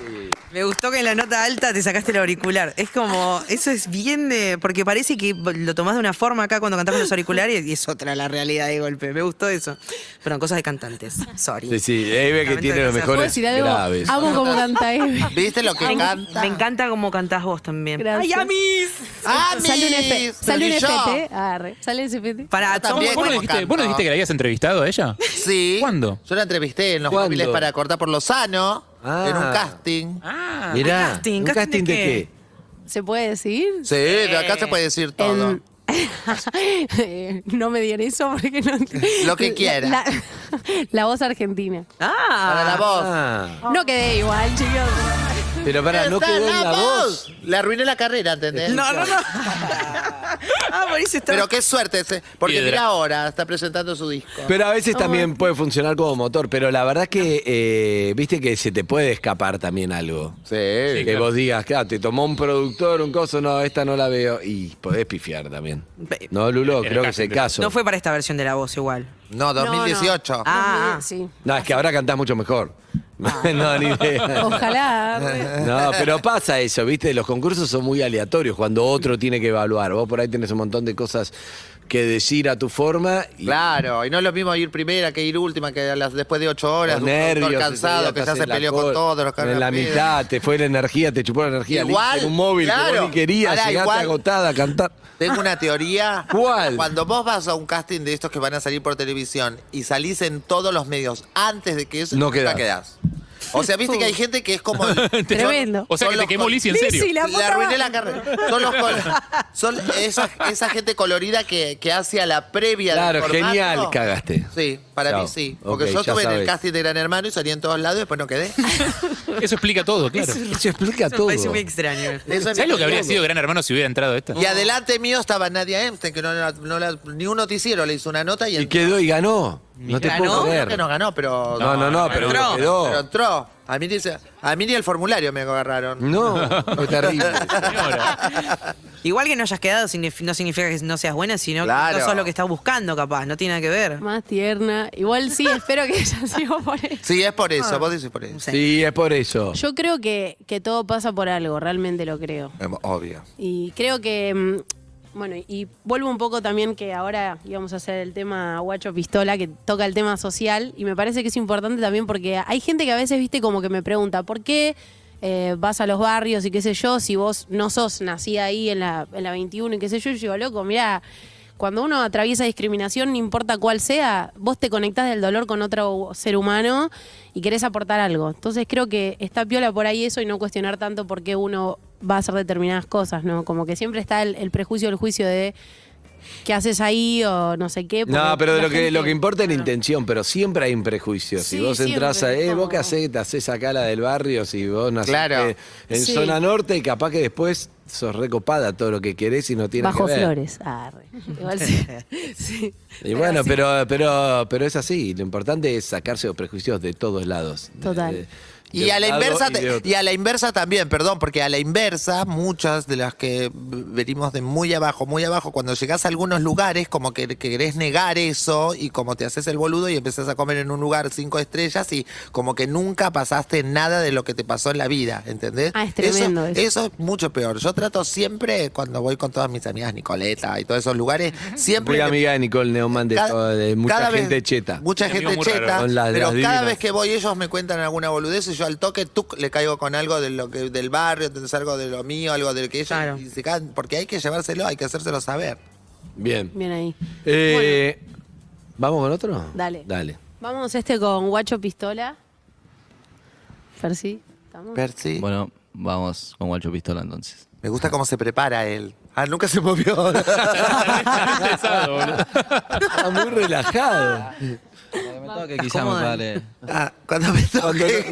[SPEAKER 3] Me gustó que en la nota alta te sacaste el auricular. Es como, eso es bien de. Porque parece que lo tomás de una forma acá cuando cantás con los auriculares y es otra la realidad de golpe. Me gustó eso. Pero cosas de cantantes. Sorry.
[SPEAKER 2] Sí, sí, ahí ve que
[SPEAKER 3] Lamento
[SPEAKER 2] tiene
[SPEAKER 3] que
[SPEAKER 2] los
[SPEAKER 3] sea-
[SPEAKER 2] mejores graves.
[SPEAKER 8] Amo como canta él.
[SPEAKER 4] ¿Viste lo que
[SPEAKER 3] Me,
[SPEAKER 4] canta?
[SPEAKER 3] me encanta cómo cantás vos también.
[SPEAKER 8] Gracias.
[SPEAKER 3] ¡Ay, amis!
[SPEAKER 4] ¡Ah,
[SPEAKER 8] Sale un, F,
[SPEAKER 4] mis!
[SPEAKER 8] sale un
[SPEAKER 4] Y yo.
[SPEAKER 8] FT. Arre. Sale ese FT.
[SPEAKER 3] Para
[SPEAKER 4] Yo también.
[SPEAKER 7] ¿Vos no,
[SPEAKER 4] como
[SPEAKER 7] dijiste,
[SPEAKER 4] canto.
[SPEAKER 7] vos no dijiste que la habías entrevistado a ella?
[SPEAKER 4] Sí.
[SPEAKER 7] ¿Cuándo?
[SPEAKER 4] Yo la entrevisté en los
[SPEAKER 2] ¿Cuándo?
[SPEAKER 4] móviles para cortar por Lozano
[SPEAKER 2] Ah.
[SPEAKER 4] en un casting.
[SPEAKER 7] Ah.
[SPEAKER 2] Mirá,
[SPEAKER 3] casting,
[SPEAKER 2] ¿un
[SPEAKER 3] ¿casting de
[SPEAKER 2] casting de
[SPEAKER 3] qué?
[SPEAKER 2] qué?
[SPEAKER 8] ¿Se puede decir?
[SPEAKER 4] Sí, de acá se puede decir todo.
[SPEAKER 8] En-
[SPEAKER 5] Eh, no me dieron eso porque no.
[SPEAKER 4] Lo que quiera.
[SPEAKER 5] La, la voz argentina.
[SPEAKER 3] Ah,
[SPEAKER 4] Para la voz.
[SPEAKER 2] Ah,
[SPEAKER 5] No quedé igual, chicos.
[SPEAKER 2] pero para, no
[SPEAKER 4] Está
[SPEAKER 2] quedó en la voz.
[SPEAKER 4] Le arruiné la carrera, ¿entendés?
[SPEAKER 3] No, no, no. ah, por eso está.
[SPEAKER 4] Pero qué suerte, se- porque
[SPEAKER 7] Piedra.
[SPEAKER 4] mira ahora, está presentando su disco.
[SPEAKER 2] Pero a
[SPEAKER 3] Oh,
[SPEAKER 2] veces también puede funcionar como motor, pero la verdad que, eh, viste que se te puede escapar también algo.
[SPEAKER 4] Sí.
[SPEAKER 2] que vos digas, claro, te tomó un productor, un coso, no, esta no la veo. Y podés pifiar también.
[SPEAKER 3] Pe-
[SPEAKER 2] No, Lulo,
[SPEAKER 7] Era
[SPEAKER 2] creo que es el
[SPEAKER 7] casi-
[SPEAKER 2] caso.
[SPEAKER 3] No fue para esta versión de la voz igual.
[SPEAKER 4] No, 2018.
[SPEAKER 3] Ah.
[SPEAKER 5] sí.
[SPEAKER 2] No, es que ahora cantás mucho mejor. no, ni idea.
[SPEAKER 5] Ojalá. re.
[SPEAKER 2] No, pero pasa eso, ¿viste? Los concursos son muy aleatorios cuando otro tiene que evaluar. Vos por ahí tenés un montón de cosas que decir a tu forma y
[SPEAKER 4] Claro, y no es lo mismo ir primera que ir última, que a las, después de ocho horas, un
[SPEAKER 2] los
[SPEAKER 4] productor
[SPEAKER 2] nervios,
[SPEAKER 4] cansado,
[SPEAKER 2] enseguida
[SPEAKER 4] que
[SPEAKER 2] estás
[SPEAKER 4] ya se
[SPEAKER 2] en la
[SPEAKER 4] peleó
[SPEAKER 2] cola,
[SPEAKER 4] con todos, los cargan
[SPEAKER 2] En la
[SPEAKER 4] a pedo.
[SPEAKER 2] mitad, te fue la energía, te chupó la energía.
[SPEAKER 4] Igual,
[SPEAKER 2] en un móvil que
[SPEAKER 4] claro.
[SPEAKER 2] vos ni querías,
[SPEAKER 4] Pará,
[SPEAKER 2] llegaste
[SPEAKER 4] igual.
[SPEAKER 2] agotada a cantar.
[SPEAKER 4] Tengo una teoría.
[SPEAKER 2] ¿Cuál?
[SPEAKER 4] Cuando vos vas a un casting de estos que van a salir por televisión y salís en todos los medios antes de que eso
[SPEAKER 2] No
[SPEAKER 4] nunca
[SPEAKER 2] quedás.
[SPEAKER 4] O sea, viste que hay gente que es como. el-
[SPEAKER 5] Tremendo.
[SPEAKER 7] O sea
[SPEAKER 4] son
[SPEAKER 7] que te
[SPEAKER 4] los
[SPEAKER 7] quemó
[SPEAKER 4] col-
[SPEAKER 7] Lizzy en serio.
[SPEAKER 5] Lizzy, la
[SPEAKER 4] Le
[SPEAKER 5] puta madre.
[SPEAKER 4] arruiné la carrera. Son, los col- son esa, esa gente colorida que, que hace a la previa del
[SPEAKER 2] Claro,
[SPEAKER 4] formato.
[SPEAKER 2] genial, cagaste.
[SPEAKER 4] Sí, para
[SPEAKER 2] Chao.
[SPEAKER 4] mí sí. Porque
[SPEAKER 2] Ok,
[SPEAKER 4] yo
[SPEAKER 2] ya
[SPEAKER 4] estuve en el
[SPEAKER 2] sabés.
[SPEAKER 4] casting de Gran Hermano y salí en todos lados y después no quedé.
[SPEAKER 7] Eso explica todo, claro.
[SPEAKER 2] Eso explica
[SPEAKER 3] Eso
[SPEAKER 2] todo.
[SPEAKER 3] Me parece muy extraño.
[SPEAKER 4] Eso es
[SPEAKER 7] ¿Sabes
[SPEAKER 4] mi
[SPEAKER 7] lo que habría
[SPEAKER 4] teoría.
[SPEAKER 7] sido Gran Hermano si hubiera entrado esta?
[SPEAKER 4] Y adelante mío estaba Nadia Epstein, que no, la- no la- ni un noticiero le hizo una nota y,
[SPEAKER 2] Y
[SPEAKER 4] el
[SPEAKER 2] quedó y ganó. No te
[SPEAKER 3] ¿Ganó?
[SPEAKER 2] puedo
[SPEAKER 4] Creo
[SPEAKER 2] creer.
[SPEAKER 4] que no ganó, pero.
[SPEAKER 2] No, no, no, pero
[SPEAKER 3] Entró.
[SPEAKER 2] quedó.
[SPEAKER 4] Pero entró. A mí, dice, a mí ni el formulario me agarraron.
[SPEAKER 2] No, fue terrible.
[SPEAKER 3] Igual que no hayas quedado signif- no significa que no seas buena, sino
[SPEAKER 4] Claro.
[SPEAKER 3] que no sos lo que estás buscando, capaz. No tiene nada que ver.
[SPEAKER 5] Más tierna. Igual sí, espero que ella siga por eso.
[SPEAKER 4] Sí, es por eso, vos decís por eso.
[SPEAKER 2] Sí, es por eso.
[SPEAKER 5] Yo creo que, que todo pasa por algo, realmente lo creo.
[SPEAKER 4] Em, Obvio.
[SPEAKER 5] Y creo que, mm, bueno, y vuelvo un poco también que ahora íbamos a hacer el tema Guacho Pistola, que toca el tema social, y me parece que es importante también porque hay gente que a veces, viste, como que me pregunta, ¿por qué eh, vas a los barrios y qué sé yo, si vos no sos nacida ahí en la, en la 21 y qué sé yo? Y yo digo, loco, mirá, cuando uno atraviesa discriminación, no importa cuál sea, vos te conectás del dolor con otro ser humano y querés aportar algo. Entonces creo que está piola por ahí eso y no cuestionar tanto por qué uno va a hacer determinadas cosas, ¿no? Como que siempre está el, el prejuicio, el juicio de qué haces ahí o no sé qué.
[SPEAKER 2] No,
[SPEAKER 5] porque
[SPEAKER 2] pero de
[SPEAKER 5] la
[SPEAKER 2] lo que, lo
[SPEAKER 5] gente-
[SPEAKER 2] que importa es la
[SPEAKER 5] Claro.
[SPEAKER 2] intención, pero siempre hay un prejuicio. Si
[SPEAKER 5] Sí,
[SPEAKER 2] vos entrás a,
[SPEAKER 5] siempre,
[SPEAKER 2] eh, vos
[SPEAKER 5] como-
[SPEAKER 2] qué hacés, te hacés acá la del barrio, si vos naciste
[SPEAKER 4] Claro.
[SPEAKER 2] en
[SPEAKER 5] Sí.
[SPEAKER 2] zona norte y capaz que después sos recopada todo lo que querés y no tiene
[SPEAKER 5] Bajo
[SPEAKER 2] que ver.
[SPEAKER 5] flores. Ah, re. Igual sí. Sí.
[SPEAKER 2] Y bueno, pero, pero, pero es así, lo importante es sacarse los prejuicios de todos lados.
[SPEAKER 5] Total.
[SPEAKER 2] De- de
[SPEAKER 4] Y
[SPEAKER 2] un
[SPEAKER 4] a la
[SPEAKER 2] lado
[SPEAKER 4] inversa,
[SPEAKER 2] y
[SPEAKER 4] te-
[SPEAKER 2] de otro.
[SPEAKER 4] y a la inversa también, perdón, porque a la inversa, muchas de las que v- venimos de muy abajo, muy abajo, cuando llegás a algunos lugares, como que, que querés negar eso, y como te haces el boludo y empezás a comer en un lugar cinco estrellas, y como que nunca pasaste nada de lo que te pasó en la vida, ¿entendés?
[SPEAKER 5] Ah, es tremendo
[SPEAKER 4] Eso,
[SPEAKER 5] eso.
[SPEAKER 4] eso es mucho peor. Yo trato siempre, cuando voy con todas mis amigas Nicoleta y todos esos lugares, siempre.
[SPEAKER 2] Muy amiga de Nicole Neumann de,
[SPEAKER 4] Cada-
[SPEAKER 2] todo- de mucha
[SPEAKER 4] cada vez-
[SPEAKER 2] gente cheta.
[SPEAKER 4] Mucha
[SPEAKER 7] Sí, amigo,
[SPEAKER 4] gente
[SPEAKER 7] muy
[SPEAKER 4] cheta.
[SPEAKER 7] raro.
[SPEAKER 2] Son las-
[SPEAKER 4] pero
[SPEAKER 2] las
[SPEAKER 4] cada
[SPEAKER 2] divinas.
[SPEAKER 4] vez que voy ellos me cuentan alguna boludez y yo al toque tuc, le caigo con algo de lo que, del barrio, entonces algo de lo mío, algo de lo que ellos.
[SPEAKER 3] Claro.
[SPEAKER 4] y se cagan, porque hay que llevárselo, hay que hacérselo saber.
[SPEAKER 2] Bien.
[SPEAKER 5] Bien ahí.
[SPEAKER 2] Eh, ¿Vamos con otro?
[SPEAKER 5] Dale.
[SPEAKER 2] Dale.
[SPEAKER 5] Vamos este con Guacho Pistola. Percy. ¿estamos?
[SPEAKER 4] Percy,
[SPEAKER 6] Bueno, vamos con Guacho Pistola entonces.
[SPEAKER 4] me gusta cómo se prepara él. Ah, nunca se movió.
[SPEAKER 7] Pesado, boludo.
[SPEAKER 2] Está muy relajado.
[SPEAKER 6] Cuando me toque, quizá me
[SPEAKER 3] acomodan.
[SPEAKER 6] vale.
[SPEAKER 4] Ah, cuando me toque.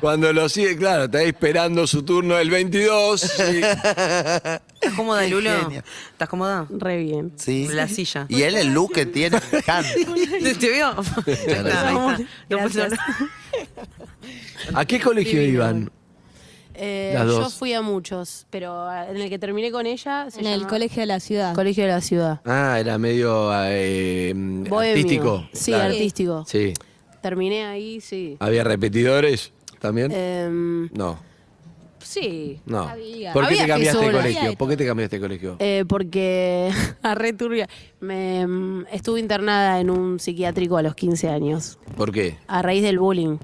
[SPEAKER 2] Cuando lo sigue, claro, está ahí esperando su turno del 22. sí.
[SPEAKER 3] ¿Estás cómoda,
[SPEAKER 4] Qué
[SPEAKER 3] Lulo?
[SPEAKER 4] genio.
[SPEAKER 3] ¿Estás cómoda?
[SPEAKER 5] Re bien.
[SPEAKER 4] Sí.
[SPEAKER 3] La silla.
[SPEAKER 4] Y él el look que tiene. me encanta.
[SPEAKER 3] ¿Te, te veo? Ahí está, ahí está. No puedo
[SPEAKER 5] Gracias.
[SPEAKER 3] hablar.
[SPEAKER 2] ¿A qué colegio
[SPEAKER 5] Divino.
[SPEAKER 2] iban?
[SPEAKER 5] Eh,
[SPEAKER 2] Las
[SPEAKER 5] yo
[SPEAKER 2] dos.
[SPEAKER 5] fui a muchos, pero ah, en el que terminé con ella se
[SPEAKER 8] En el
[SPEAKER 5] llama-
[SPEAKER 8] colegio de la ciudad.
[SPEAKER 5] Colegio de la Ciudad.
[SPEAKER 2] Ah, era medio eh,
[SPEAKER 5] Bohemio.
[SPEAKER 2] artístico.
[SPEAKER 5] Sí,
[SPEAKER 2] claro.
[SPEAKER 5] artístico.
[SPEAKER 2] Sí. Ah.
[SPEAKER 5] Terminé ahí, sí.
[SPEAKER 2] ¿Había repetidores también?
[SPEAKER 5] Em,
[SPEAKER 2] no,
[SPEAKER 5] sí.
[SPEAKER 2] no.
[SPEAKER 8] había.
[SPEAKER 2] ¿Por qué
[SPEAKER 5] Había
[SPEAKER 2] te cambiaste de
[SPEAKER 5] fisura.
[SPEAKER 2] colegio?
[SPEAKER 8] Había de
[SPEAKER 2] ¿Por qué te cambiaste de colegio?
[SPEAKER 5] Eh, porque a re turbia. Me, em, estuve internada en un psiquiátrico a los 15 años,
[SPEAKER 2] ¿Por qué?
[SPEAKER 5] a raíz del bullying.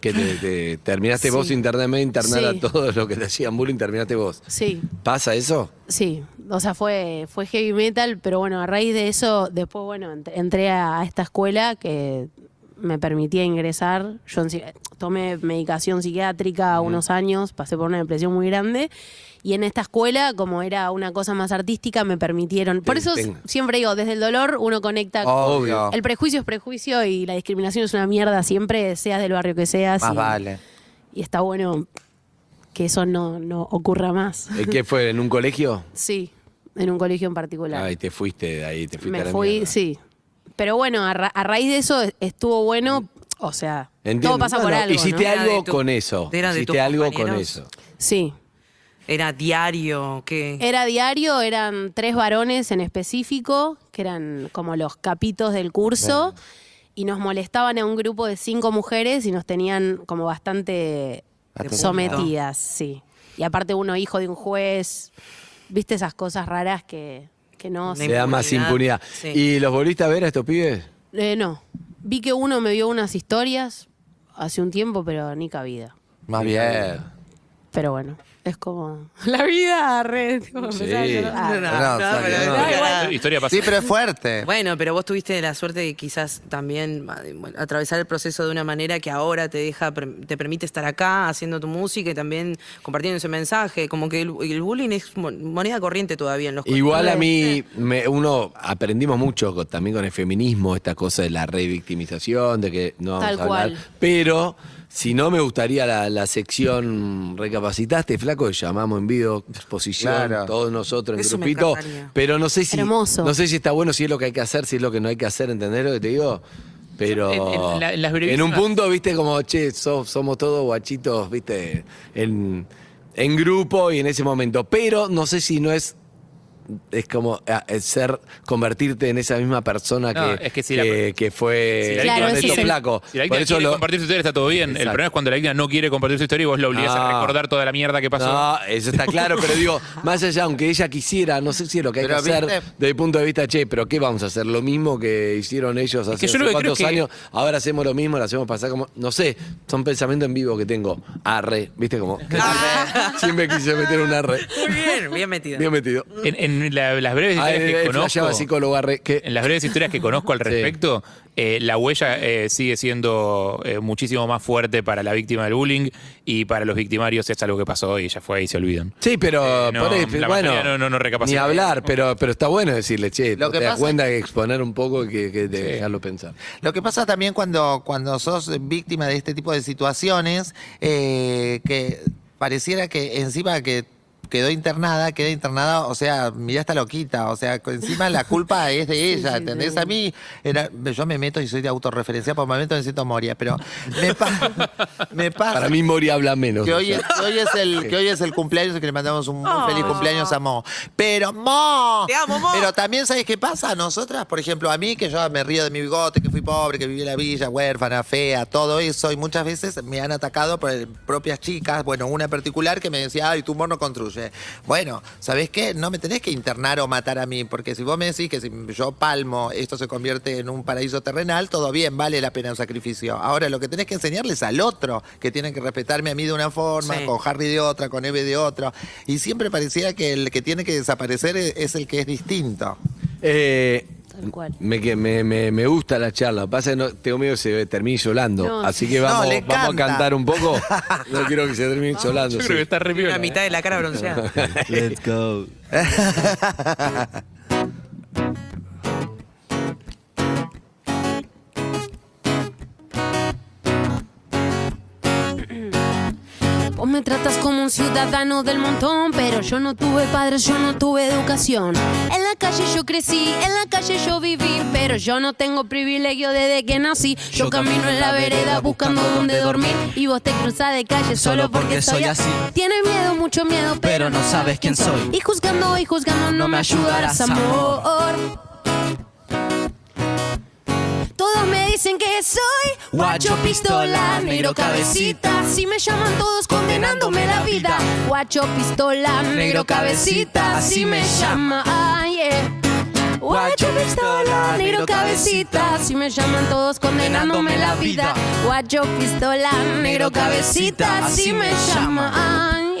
[SPEAKER 2] Que te, te- terminaste
[SPEAKER 5] Sí.
[SPEAKER 2] vos internamente, internar
[SPEAKER 5] Sí.
[SPEAKER 2] a todos los que te hacían bullying, terminaste vos.
[SPEAKER 5] Sí,
[SPEAKER 2] ¿Pasa eso?
[SPEAKER 5] Sí, o sea, fue, fue heavy metal, pero bueno, a raíz de eso, después, bueno, ent- entré a, a esta escuela que me permitía ingresar. Yo en- tomé medicación psiquiátrica unos años, pasé por una depresión muy grande. Y en esta escuela, como era una cosa más artística, me permitieron. Por
[SPEAKER 2] Te-
[SPEAKER 5] eso
[SPEAKER 2] tenga.
[SPEAKER 5] siempre digo, desde el dolor uno conecta.
[SPEAKER 4] Obvio.
[SPEAKER 5] El prejuicio es prejuicio y la discriminación es una mierda siempre, seas del barrio que seas.
[SPEAKER 4] Más
[SPEAKER 5] y,
[SPEAKER 4] vale.
[SPEAKER 5] y está bueno que eso no, no ocurra más.
[SPEAKER 2] ¿Eh, ¿Qué fue? ¿En un colegio?
[SPEAKER 5] Sí, en un colegio en particular.
[SPEAKER 2] Ay, te fuiste de ahí, te fuiste a
[SPEAKER 5] Me
[SPEAKER 2] la
[SPEAKER 5] fui,
[SPEAKER 2] mierda.
[SPEAKER 5] sí. Pero bueno, a, ra- a raíz de eso estuvo bueno, o sea,
[SPEAKER 2] Entiendo.
[SPEAKER 5] todo pasa
[SPEAKER 2] No,
[SPEAKER 5] por
[SPEAKER 2] no,
[SPEAKER 5] algo.
[SPEAKER 2] Hiciste
[SPEAKER 5] ¿no?
[SPEAKER 3] Era de
[SPEAKER 2] algo
[SPEAKER 3] tu-
[SPEAKER 2] con eso.
[SPEAKER 3] era de
[SPEAKER 2] Hiciste
[SPEAKER 3] tus
[SPEAKER 2] algo con
[SPEAKER 3] compañeros.
[SPEAKER 2] eso.
[SPEAKER 5] Sí.
[SPEAKER 3] Era diario, ¿qué?
[SPEAKER 5] Era diario, eran tres varones en específico, que eran como los capitos del curso, y nos molestaban a un grupo de cinco mujeres y nos tenían como bastante
[SPEAKER 4] Atendido.
[SPEAKER 5] sometidas, sí. Y aparte uno hijo de un juez, viste esas cosas raras que, que no...
[SPEAKER 3] De
[SPEAKER 2] Le da más
[SPEAKER 3] impunidad.
[SPEAKER 2] impunidad.
[SPEAKER 3] Sí.
[SPEAKER 2] ¿Y los volviste a ver a estos pibes?
[SPEAKER 5] Eh, no, vi que uno me vio unas historias hace un tiempo, pero ni cabida.
[SPEAKER 4] Más bien.
[SPEAKER 5] Pero bueno, es como... La vida, re... tipo,
[SPEAKER 2] Sí.
[SPEAKER 5] empezar a llorar.
[SPEAKER 4] No, no,
[SPEAKER 3] No,
[SPEAKER 4] o sea,
[SPEAKER 3] pero-
[SPEAKER 4] no.
[SPEAKER 5] no, igual.
[SPEAKER 7] Eh, Historia pasada.
[SPEAKER 4] Sí, pero es fuerte.
[SPEAKER 3] Bueno, pero vos tuviste la suerte de quizás también ma- de- bueno, atravesar el proceso de una manera que ahora te deja, per- te permite estar acá haciendo tu música y también compartiendo ese mensaje. Como que el, el bullying es mo- moneda corriente todavía en los
[SPEAKER 2] Igual a
[SPEAKER 5] Re,
[SPEAKER 2] mí, me- uno aprendimos mucho co- también con el feminismo, esta cosa de la revictimización, de que no vamos
[SPEAKER 5] Tal
[SPEAKER 2] a hablar.
[SPEAKER 5] cual.
[SPEAKER 2] Pero, si no me gustaría la, la sección recapacitaste, flaco, que llamamos en vivo, exposición,
[SPEAKER 4] Claro.
[SPEAKER 2] todos nosotros en
[SPEAKER 3] Eso me
[SPEAKER 2] grupito.
[SPEAKER 3] encantaría.
[SPEAKER 2] Pero no sé si.
[SPEAKER 5] Hermoso.
[SPEAKER 2] No sé si está bueno, si es lo que hay que hacer, si es lo que no hay que hacer, ¿entendés lo que te digo? Pero
[SPEAKER 7] Yo, en- en la- en las
[SPEAKER 2] en un
[SPEAKER 7] brevísimas-
[SPEAKER 2] punto, viste, como, che, so- somos todos guachitos, viste, en, en grupo y en ese momento. Pero no sé si no es es como ah, es ser convertirte en esa misma persona
[SPEAKER 7] No,
[SPEAKER 2] que,
[SPEAKER 7] es que si la-
[SPEAKER 2] que fue
[SPEAKER 7] Si la
[SPEAKER 5] Claro,
[SPEAKER 2] con
[SPEAKER 5] ese
[SPEAKER 2] estos
[SPEAKER 5] es el-
[SPEAKER 2] flacos.
[SPEAKER 7] Si la
[SPEAKER 2] Por
[SPEAKER 7] víctima
[SPEAKER 2] eso
[SPEAKER 7] quiere
[SPEAKER 2] lo-
[SPEAKER 7] compartir su historia está todo bien. El
[SPEAKER 2] Exacto.
[SPEAKER 7] problema es cuando la víctima no quiere compartir su historia y vos la obligás a
[SPEAKER 2] No.
[SPEAKER 7] recordar toda la mierda que pasó.
[SPEAKER 2] No, eso está claro, pero digo, más allá, aunque ella quisiera, no sé si es lo que hay
[SPEAKER 4] Pero,
[SPEAKER 2] que hacer
[SPEAKER 4] ¿viste?
[SPEAKER 2] desde el punto de vista, che, pero ¿qué vamos a hacer? Lo mismo que hicieron ellos hace
[SPEAKER 7] que yo
[SPEAKER 2] no sé
[SPEAKER 7] lo que creo
[SPEAKER 2] cuántos
[SPEAKER 7] es que-
[SPEAKER 2] años, ahora hacemos lo mismo, lo hacemos pasar como, no sé, son pensamientos en vivo que tengo. Arre, viste como.
[SPEAKER 7] Ah.
[SPEAKER 2] Siempre quise meter un arre.
[SPEAKER 3] Muy bien, bien metido.
[SPEAKER 2] Bien metido.
[SPEAKER 7] En, en la- las breves
[SPEAKER 2] Ahí eh,
[SPEAKER 7] historias que
[SPEAKER 2] flasheaba
[SPEAKER 7] conozco.
[SPEAKER 2] psicólogo arre. Que,
[SPEAKER 7] En las breves historias que conozco al
[SPEAKER 2] Sí.
[SPEAKER 7] respecto, eh, la huella eh, sigue siendo eh, muchísimo más fuerte para la víctima del bullying y para los victimarios es algo que pasó y ya fue y se olvidan.
[SPEAKER 2] Sí, pero
[SPEAKER 7] Eh, no,
[SPEAKER 2] por ahí,
[SPEAKER 7] la
[SPEAKER 2] bueno,
[SPEAKER 7] mayoría no- no- no
[SPEAKER 2] ni
[SPEAKER 7] recapacita.
[SPEAKER 2] hablar, pero, pero está bueno decirle, che,
[SPEAKER 4] Lo
[SPEAKER 2] no
[SPEAKER 4] que
[SPEAKER 2] te das
[SPEAKER 4] pasa-
[SPEAKER 2] cuenta que exponer un poco que, que de- dejarlo pensar.
[SPEAKER 4] Lo que pasa también cuando, cuando sos víctima de este tipo de situaciones, eh, que pareciera que encima que quedó internada, queda internada, o sea, mirá esta loquita, o sea, que encima la culpa es de ella,
[SPEAKER 5] sí,
[SPEAKER 4] ¿entendés?
[SPEAKER 5] de
[SPEAKER 4] A mí, era- yo me meto y soy de autorreferencia, por momentos me siento moria, pero me, pa- me pasa...
[SPEAKER 2] Para mí Mori habla menos.
[SPEAKER 4] Que
[SPEAKER 2] o
[SPEAKER 4] hoy,
[SPEAKER 2] sea.
[SPEAKER 4] es, que hoy es el, que hoy es el cumpleaños y que le mandamos un, un feliz cumpleaños a Mo. Pero, Mo.
[SPEAKER 3] Te amo, Mo.
[SPEAKER 4] Pero también, ¿sabes qué pasa? A nosotras, por ejemplo, a mí, que yo me río de mi bigote, que fui pobre, que viví en la villa, huérfana, fea, todo eso. Y muchas veces me han atacado por el- propias chicas. Bueno, una en particular que me decía, ay, tu humor no construye. Bueno, ¿sabes qué? No me tenés que internar o matar a mí, porque si vos me decís que si yo palmo, esto se convierte en un paraíso terrenal, todo bien, vale la pena un sacrificio. Ahora, lo que tenés que enseñarles al otro, que tienen que respetarme a mí de una forma,
[SPEAKER 3] Sí.
[SPEAKER 4] con Harry de otra, con Eve de otra. Y siempre pareciera que el que tiene que desaparecer es, es el que es distinto.
[SPEAKER 2] Eh,
[SPEAKER 5] Ah, Tal cual.
[SPEAKER 2] me, que- me, me- me gusta la charla. Pasa que no, tengo miedo que se termine llorando.
[SPEAKER 5] No.
[SPEAKER 2] Así que
[SPEAKER 4] No,
[SPEAKER 2] vamos,
[SPEAKER 4] le
[SPEAKER 2] vamos a
[SPEAKER 4] canta.
[SPEAKER 2] cantar un poco. No quiero que se termine llorando.
[SPEAKER 7] Yo
[SPEAKER 2] sí.
[SPEAKER 7] creo que está re piola,
[SPEAKER 3] La mitad
[SPEAKER 7] ¿eh?
[SPEAKER 3] de la cara bronceada.
[SPEAKER 6] Let's go.
[SPEAKER 5] Vos me tratas como un ciudadano del montón, pero yo no tuve padres, yo no tuve educación. En la calle yo crecí, en la calle yo viví, pero yo no tengo privilegio desde que nací. Yo, camino en la vereda buscando dónde dormir y vos te cruzás de calle solo porque soy así. Tienes miedo, mucho miedo, pero no sabes quién soy. Y juzgando y juzgando no me ayudarás, amor. Todos me dicen que soy guacho pistola, negro cabecita. Si me llaman todos condenándome la vida. Guacho pistola, negro cabecita. Si me llama, ay, yeah. Guacho pistola, negro cabecita. Si me llaman todos condenándome la vida. Guacho pistola, negro cabecita. Si me llama, ay, eh.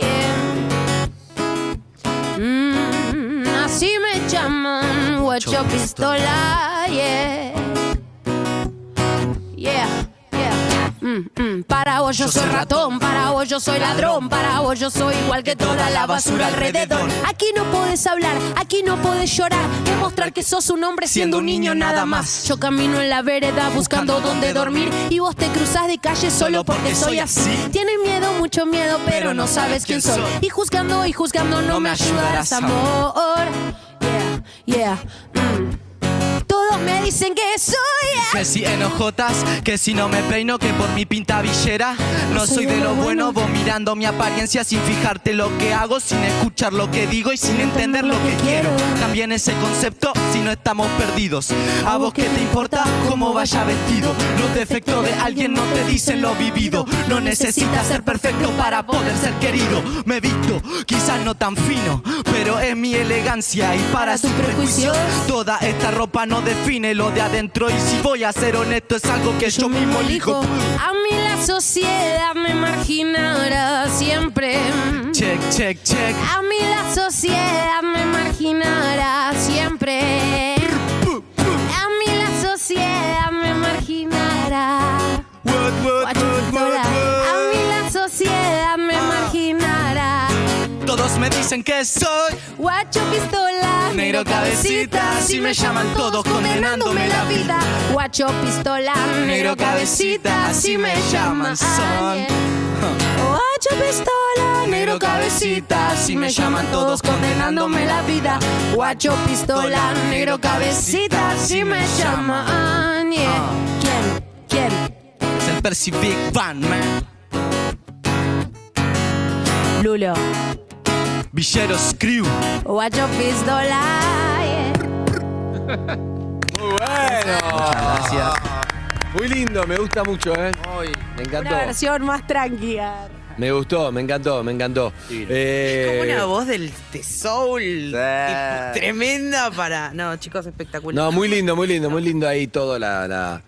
[SPEAKER 5] yeah. Mm, así me llaman, guacho pistola, yeah. Yeah, yeah. Mm.
[SPEAKER 8] mm, mm. Para vos yo soy ratón, para vos yo soy ladrón, para vos yo soy igual que toda la basura alrededor. Aquí no podés hablar, aquí no podés llorar, demostrar que sos un hombre siendo un niño nada más. Yo camino en la vereda buscando dónde dormir y vos te cruzás de calle solo porque soy así. Tienes miedo, mucho miedo, pero no sabes quién soy. Y juzgando y juzgando no me ayudarás, amor. Yeah, yeah. mm. Todos me dicen que soy
[SPEAKER 1] Que si enojotas, que si no me peino, que por mi pinta villera No soy de lo bueno, vos mirando mi apariencia sin fijarte lo que hago, sin escuchar lo que digo y sin entender lo que quiero. También ese concepto, si no estamos perdidos. A vos que te importa cómo vaya vestido. Los defectos de alguien no te dicen lo vivido. No necesitas ser perfecto para poder ser querido. Me visto, quizás no tan fino, pero es mi elegancia y para su prejuicio. Toda esta ropa no define lo de adentro y si voy a ser honesto es algo que yo mismo elijo.
[SPEAKER 8] A mí la sociedad me marginará siempre.
[SPEAKER 1] Mm. Check, check, check.
[SPEAKER 8] A mí la sociedad me marginará siempre. A mí la sociedad me marginará.
[SPEAKER 1] What, what, what, what,
[SPEAKER 8] Guachipistola. A
[SPEAKER 1] what.
[SPEAKER 8] mí la sociedad me marginará.
[SPEAKER 1] Todos me dicen que soy
[SPEAKER 8] Guacho pistola,
[SPEAKER 1] Negro cabecita, si me llaman todos condenándome la vida.
[SPEAKER 8] Guacho pistola, negro cabecita, si me llaman Ah, son. Guacho pistola, negro cabecita, si me llaman todos condenándome la vida. Guacho pistola, negro cabecita, si me llaman. yeah.
[SPEAKER 2] Ah.
[SPEAKER 8] ¿Quién? ¿Quién?
[SPEAKER 1] el Percy Big Bang, man.
[SPEAKER 8] Lulo.
[SPEAKER 1] Villeros Crew.
[SPEAKER 8] Guacho pistola. yeah.
[SPEAKER 2] Muy bueno.
[SPEAKER 6] Gracias.
[SPEAKER 2] Muy lindo, me gusta mucho, ¿eh?
[SPEAKER 5] Hoy.
[SPEAKER 2] Me
[SPEAKER 8] Una
[SPEAKER 2] encantó.
[SPEAKER 8] versión más tranquila.
[SPEAKER 2] Me gustó, me encantó, me encantó. Eh,
[SPEAKER 3] Como una voz del de soul. tipo,
[SPEAKER 5] Sí.
[SPEAKER 3] Tremenda para. No, chicos, espectacular.
[SPEAKER 2] No, muy lindo, muy lindo, muy lindo ahí todo la, la-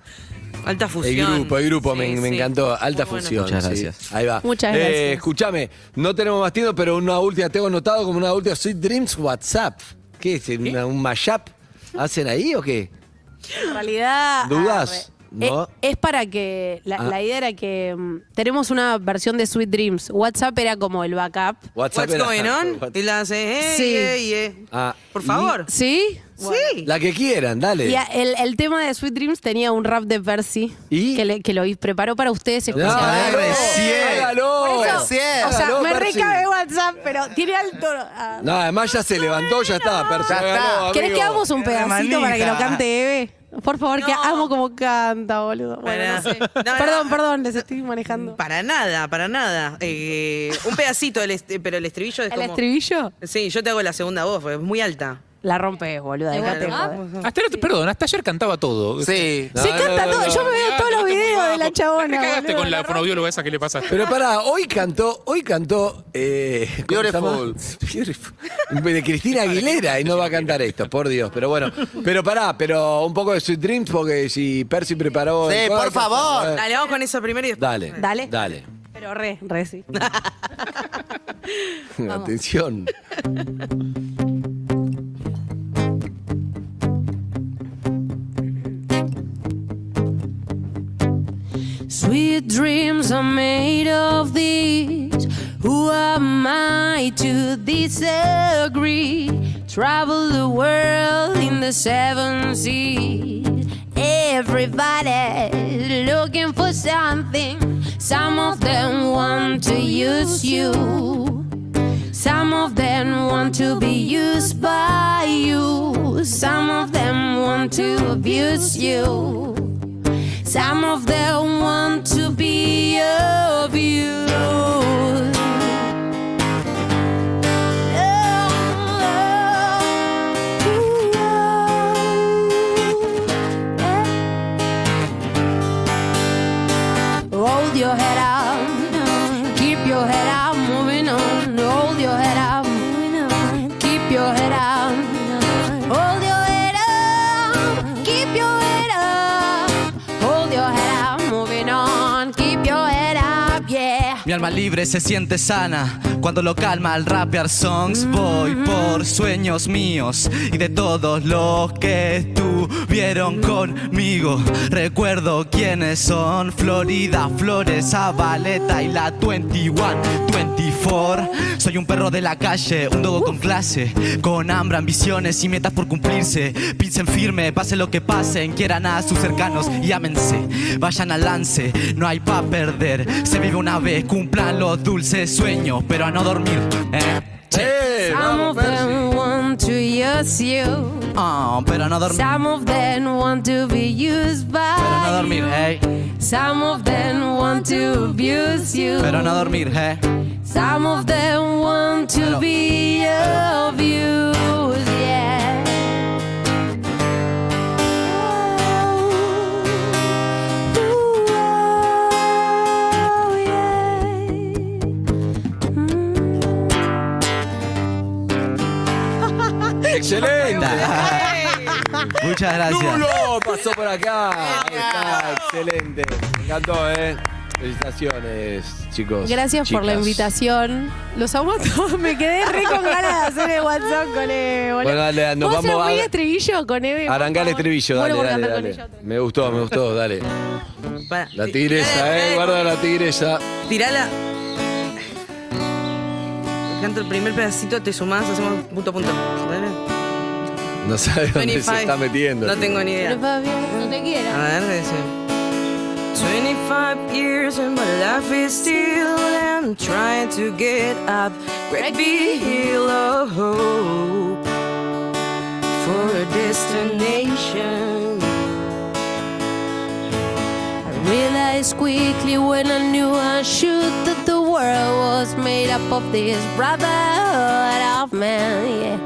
[SPEAKER 3] Alta
[SPEAKER 2] el
[SPEAKER 3] fusión.
[SPEAKER 2] grupo, el grupo,
[SPEAKER 3] Sí,
[SPEAKER 2] me, me
[SPEAKER 3] sí.
[SPEAKER 2] encantó, alta
[SPEAKER 3] Muy bueno.
[SPEAKER 2] fusión.
[SPEAKER 6] Muchas
[SPEAKER 2] sí.
[SPEAKER 6] gracias.
[SPEAKER 2] Ahí va.
[SPEAKER 8] Muchas gracias.
[SPEAKER 2] escúchame, no tenemos más tiempo, pero una última, tengo anotado como una última, soy Dreams WhatsApp. ¿Qué es? ¿Una- ¿Un mashup? ¿Hacen ahí o qué?
[SPEAKER 8] En realidad.
[SPEAKER 2] ¿Dudás?
[SPEAKER 8] arre. Eh,
[SPEAKER 2] ¿No?
[SPEAKER 8] Es, para que. La,
[SPEAKER 2] Ah.
[SPEAKER 8] la idea era que. mm, tenemos una versión de Sweet Dreams. WhatsApp era como el backup.
[SPEAKER 2] WhatsApp
[SPEAKER 3] What's
[SPEAKER 2] era-
[SPEAKER 3] going on?
[SPEAKER 2] What-
[SPEAKER 3] Y la hace, eh,
[SPEAKER 8] Sí.
[SPEAKER 3] eh, eh.
[SPEAKER 2] Ah,
[SPEAKER 3] Por
[SPEAKER 2] y-
[SPEAKER 3] favor.
[SPEAKER 8] ¿Sí?
[SPEAKER 3] Sí.
[SPEAKER 2] La que quieran, dale.
[SPEAKER 8] Y a- el, el tema de Sweet Dreams tenía un rap de Percy
[SPEAKER 2] ¿Y?
[SPEAKER 8] que, le- que lo hi- preparó para ustedes especialmente.
[SPEAKER 2] hágalo,
[SPEAKER 5] recién.
[SPEAKER 2] hágalo.
[SPEAKER 8] Por eso,
[SPEAKER 5] Perciel,
[SPEAKER 8] o sea,
[SPEAKER 2] hágalo,
[SPEAKER 8] me
[SPEAKER 2] Percy.
[SPEAKER 8] recabe WhatsApp, pero tiene alto. ah.
[SPEAKER 2] No, además ya se levantó, ya está. Percy,
[SPEAKER 5] Ya
[SPEAKER 2] hágalo,
[SPEAKER 5] está.
[SPEAKER 2] amigo.
[SPEAKER 8] ¿Querés que hagamos un
[SPEAKER 5] Qué
[SPEAKER 8] pedacito para que lo
[SPEAKER 5] manija.
[SPEAKER 8] cante Eve? Por favor, que
[SPEAKER 3] No.
[SPEAKER 8] amo como canta, boludo. Bueno,
[SPEAKER 3] Pará.
[SPEAKER 8] no sé.
[SPEAKER 3] No, no.
[SPEAKER 8] perdón, perdón, les estoy manejando.
[SPEAKER 3] Para nada, para nada. Eh, un pedacito, el est- pero el estribillo es
[SPEAKER 8] ¿El
[SPEAKER 3] como.
[SPEAKER 8] estribillo?
[SPEAKER 3] Sí, yo te hago la segunda voz, porque es muy alta.
[SPEAKER 8] La rompes, boluda.
[SPEAKER 9] ¿De
[SPEAKER 8] dejate
[SPEAKER 9] WhatsApp?
[SPEAKER 8] joder.
[SPEAKER 7] Hasta el otro- perdón, hasta ayer cantaba todo.
[SPEAKER 5] Sí.
[SPEAKER 2] No,
[SPEAKER 8] Se
[SPEAKER 2] no,
[SPEAKER 8] canta
[SPEAKER 2] no,
[SPEAKER 8] todo.
[SPEAKER 2] no.
[SPEAKER 8] Yo me veo
[SPEAKER 7] Ah,
[SPEAKER 8] todos los
[SPEAKER 7] cantaste muy
[SPEAKER 8] videos de la
[SPEAKER 7] bajo.
[SPEAKER 8] chabona.
[SPEAKER 7] Te cagaste
[SPEAKER 8] boludo,
[SPEAKER 7] con la
[SPEAKER 8] rompe.
[SPEAKER 7] fonobióloga esa que le pasaste.
[SPEAKER 2] Pero pará, hoy cantó, hoy cantó. eh, ¿cómo se llama? Beautiful. De Cristina Aguilera y no va a cantar esto, por Dios. Pero bueno, pero pará, pero un poco de Sweet Dreams porque si Percy preparó.
[SPEAKER 5] Sí,
[SPEAKER 2] el-
[SPEAKER 5] por favor.
[SPEAKER 3] Dale, vamos con eso primero y después.
[SPEAKER 2] Dale,
[SPEAKER 8] Dale.
[SPEAKER 2] dale. Dale.
[SPEAKER 8] Pero re, re sí.
[SPEAKER 2] Atención.
[SPEAKER 8] Sweet dreams are made of these. Who am I to disagree? Travel the world in the seven seas. Everybody looking for something. Some of them want to use you. Some of them want to be used by you. Some of them want to abuse you. Some of them want to be of you. Oh, oh. Hold your head up, keep your head up, moving on. Hold your head up, keep your head up. Hold your head up, keep your head up. Hold your head up, moving on. Keep your head up, yeah.
[SPEAKER 1] alma libre se siente sana cuando lo calma al rapear songs. Voy por sueños míos y de todos los que estuvieron conmigo. Recuerdo quiénes son: Florida, Flores, Zabaleta y la 21, 24. Soy un perro de la calle, un dogo con clase, con hambre, ambiciones y metas por cumplirse. Piensen firme, pase lo que pasen, quieran a sus cercanos y ámense. Vayan al lance, no hay pa' perder. Se vive una vez, cumplan los dulces sueños, pero a no dormir. eh.
[SPEAKER 2] ¡Eh!
[SPEAKER 8] Some of them want to use you.
[SPEAKER 1] Ah, pero a no dormir.
[SPEAKER 8] Some of them want to be used by
[SPEAKER 1] Pero no dormir,
[SPEAKER 8] you.
[SPEAKER 1] eh.
[SPEAKER 8] Some of them want to abuse you.
[SPEAKER 1] Pero no dormir, eh.
[SPEAKER 8] Some of them want to
[SPEAKER 1] Pero-
[SPEAKER 8] be abused, yeah. Oh, ooh, oh, yeah. Mm.
[SPEAKER 2] ¡Excelente!
[SPEAKER 1] Muchas gracias.
[SPEAKER 2] ¡Lulo! Pasó por acá. Ahí Está, excelente. Me encantó, ¿eh? Felicitaciones, chicos.
[SPEAKER 8] Gracias por la
[SPEAKER 2] chicas.
[SPEAKER 8] invitación. Los amo a todos. Me quedé re con ganas de hacer el WhatsApp con Eve. boludo.
[SPEAKER 2] Bueno, dale, nos
[SPEAKER 8] ¿Puedo
[SPEAKER 2] vamos
[SPEAKER 8] hacer
[SPEAKER 2] a-
[SPEAKER 8] muy estribillo con Eve? por
[SPEAKER 2] Arrancá el
[SPEAKER 8] favor?
[SPEAKER 2] estribillo, dale,
[SPEAKER 8] Muero por
[SPEAKER 2] dale,
[SPEAKER 8] cantar con
[SPEAKER 2] dale.
[SPEAKER 8] ella otra vez.
[SPEAKER 2] Me gustó, me gustó, dale.
[SPEAKER 9] Pará.
[SPEAKER 2] La tigresa, eh, guarda la tigresa.
[SPEAKER 9] Tirala. Canto el primer pedacito, te sumás, hacemos punto a punto. Dale.
[SPEAKER 2] No sabe dónde
[SPEAKER 9] 25.
[SPEAKER 2] se está metiendo.
[SPEAKER 9] No tengo ni idea.
[SPEAKER 8] No te quiero.
[SPEAKER 9] A ver, dice. 25 years and my life is still and I'm trying to get up. Great big hill of hope for a destination.
[SPEAKER 8] I realized quickly when I knew I should that the world was made up of this brotherhood of men, yeah.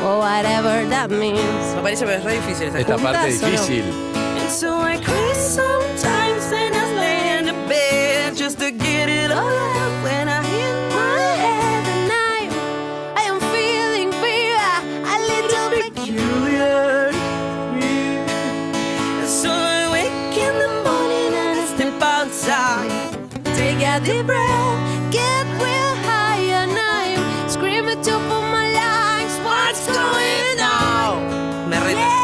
[SPEAKER 8] For whatever that means.
[SPEAKER 9] Me parece que es re difícil esta
[SPEAKER 2] Esta
[SPEAKER 9] cosa.
[SPEAKER 2] parte
[SPEAKER 8] Juntas, ¿o no?
[SPEAKER 2] difícil.
[SPEAKER 9] And so I cry sometimes and I lay in the bed just to get it all out when I hit my head.
[SPEAKER 8] And I, I am feeling fear, a little
[SPEAKER 9] peculiar. So I wake in the morning and I step outside.
[SPEAKER 8] Take a deep breath, get real high, and I'm screaming to for my lungs. What's going on?
[SPEAKER 9] Me re-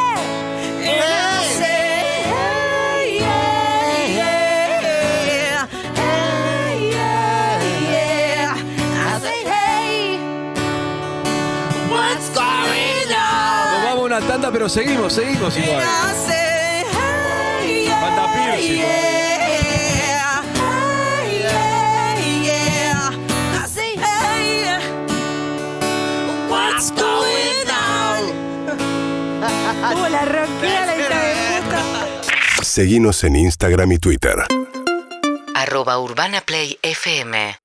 [SPEAKER 9] And I say, hey, yeah, yeah, hey, yeah, yeah. I say,
[SPEAKER 8] Hey,
[SPEAKER 9] what's going on?
[SPEAKER 2] Nos vamos a una tanda, pero seguimos, seguimos
[SPEAKER 9] I
[SPEAKER 2] igual.
[SPEAKER 9] say, hey, yeah,
[SPEAKER 2] Falta piercing.
[SPEAKER 9] yeah, hey, yeah, yeah. I say, hey, yeah. what's going on?
[SPEAKER 8] la roquea la hija de puta.
[SPEAKER 10] Seguinos en Instagram y Twitter.
[SPEAKER 11] arroba urbanaplayfm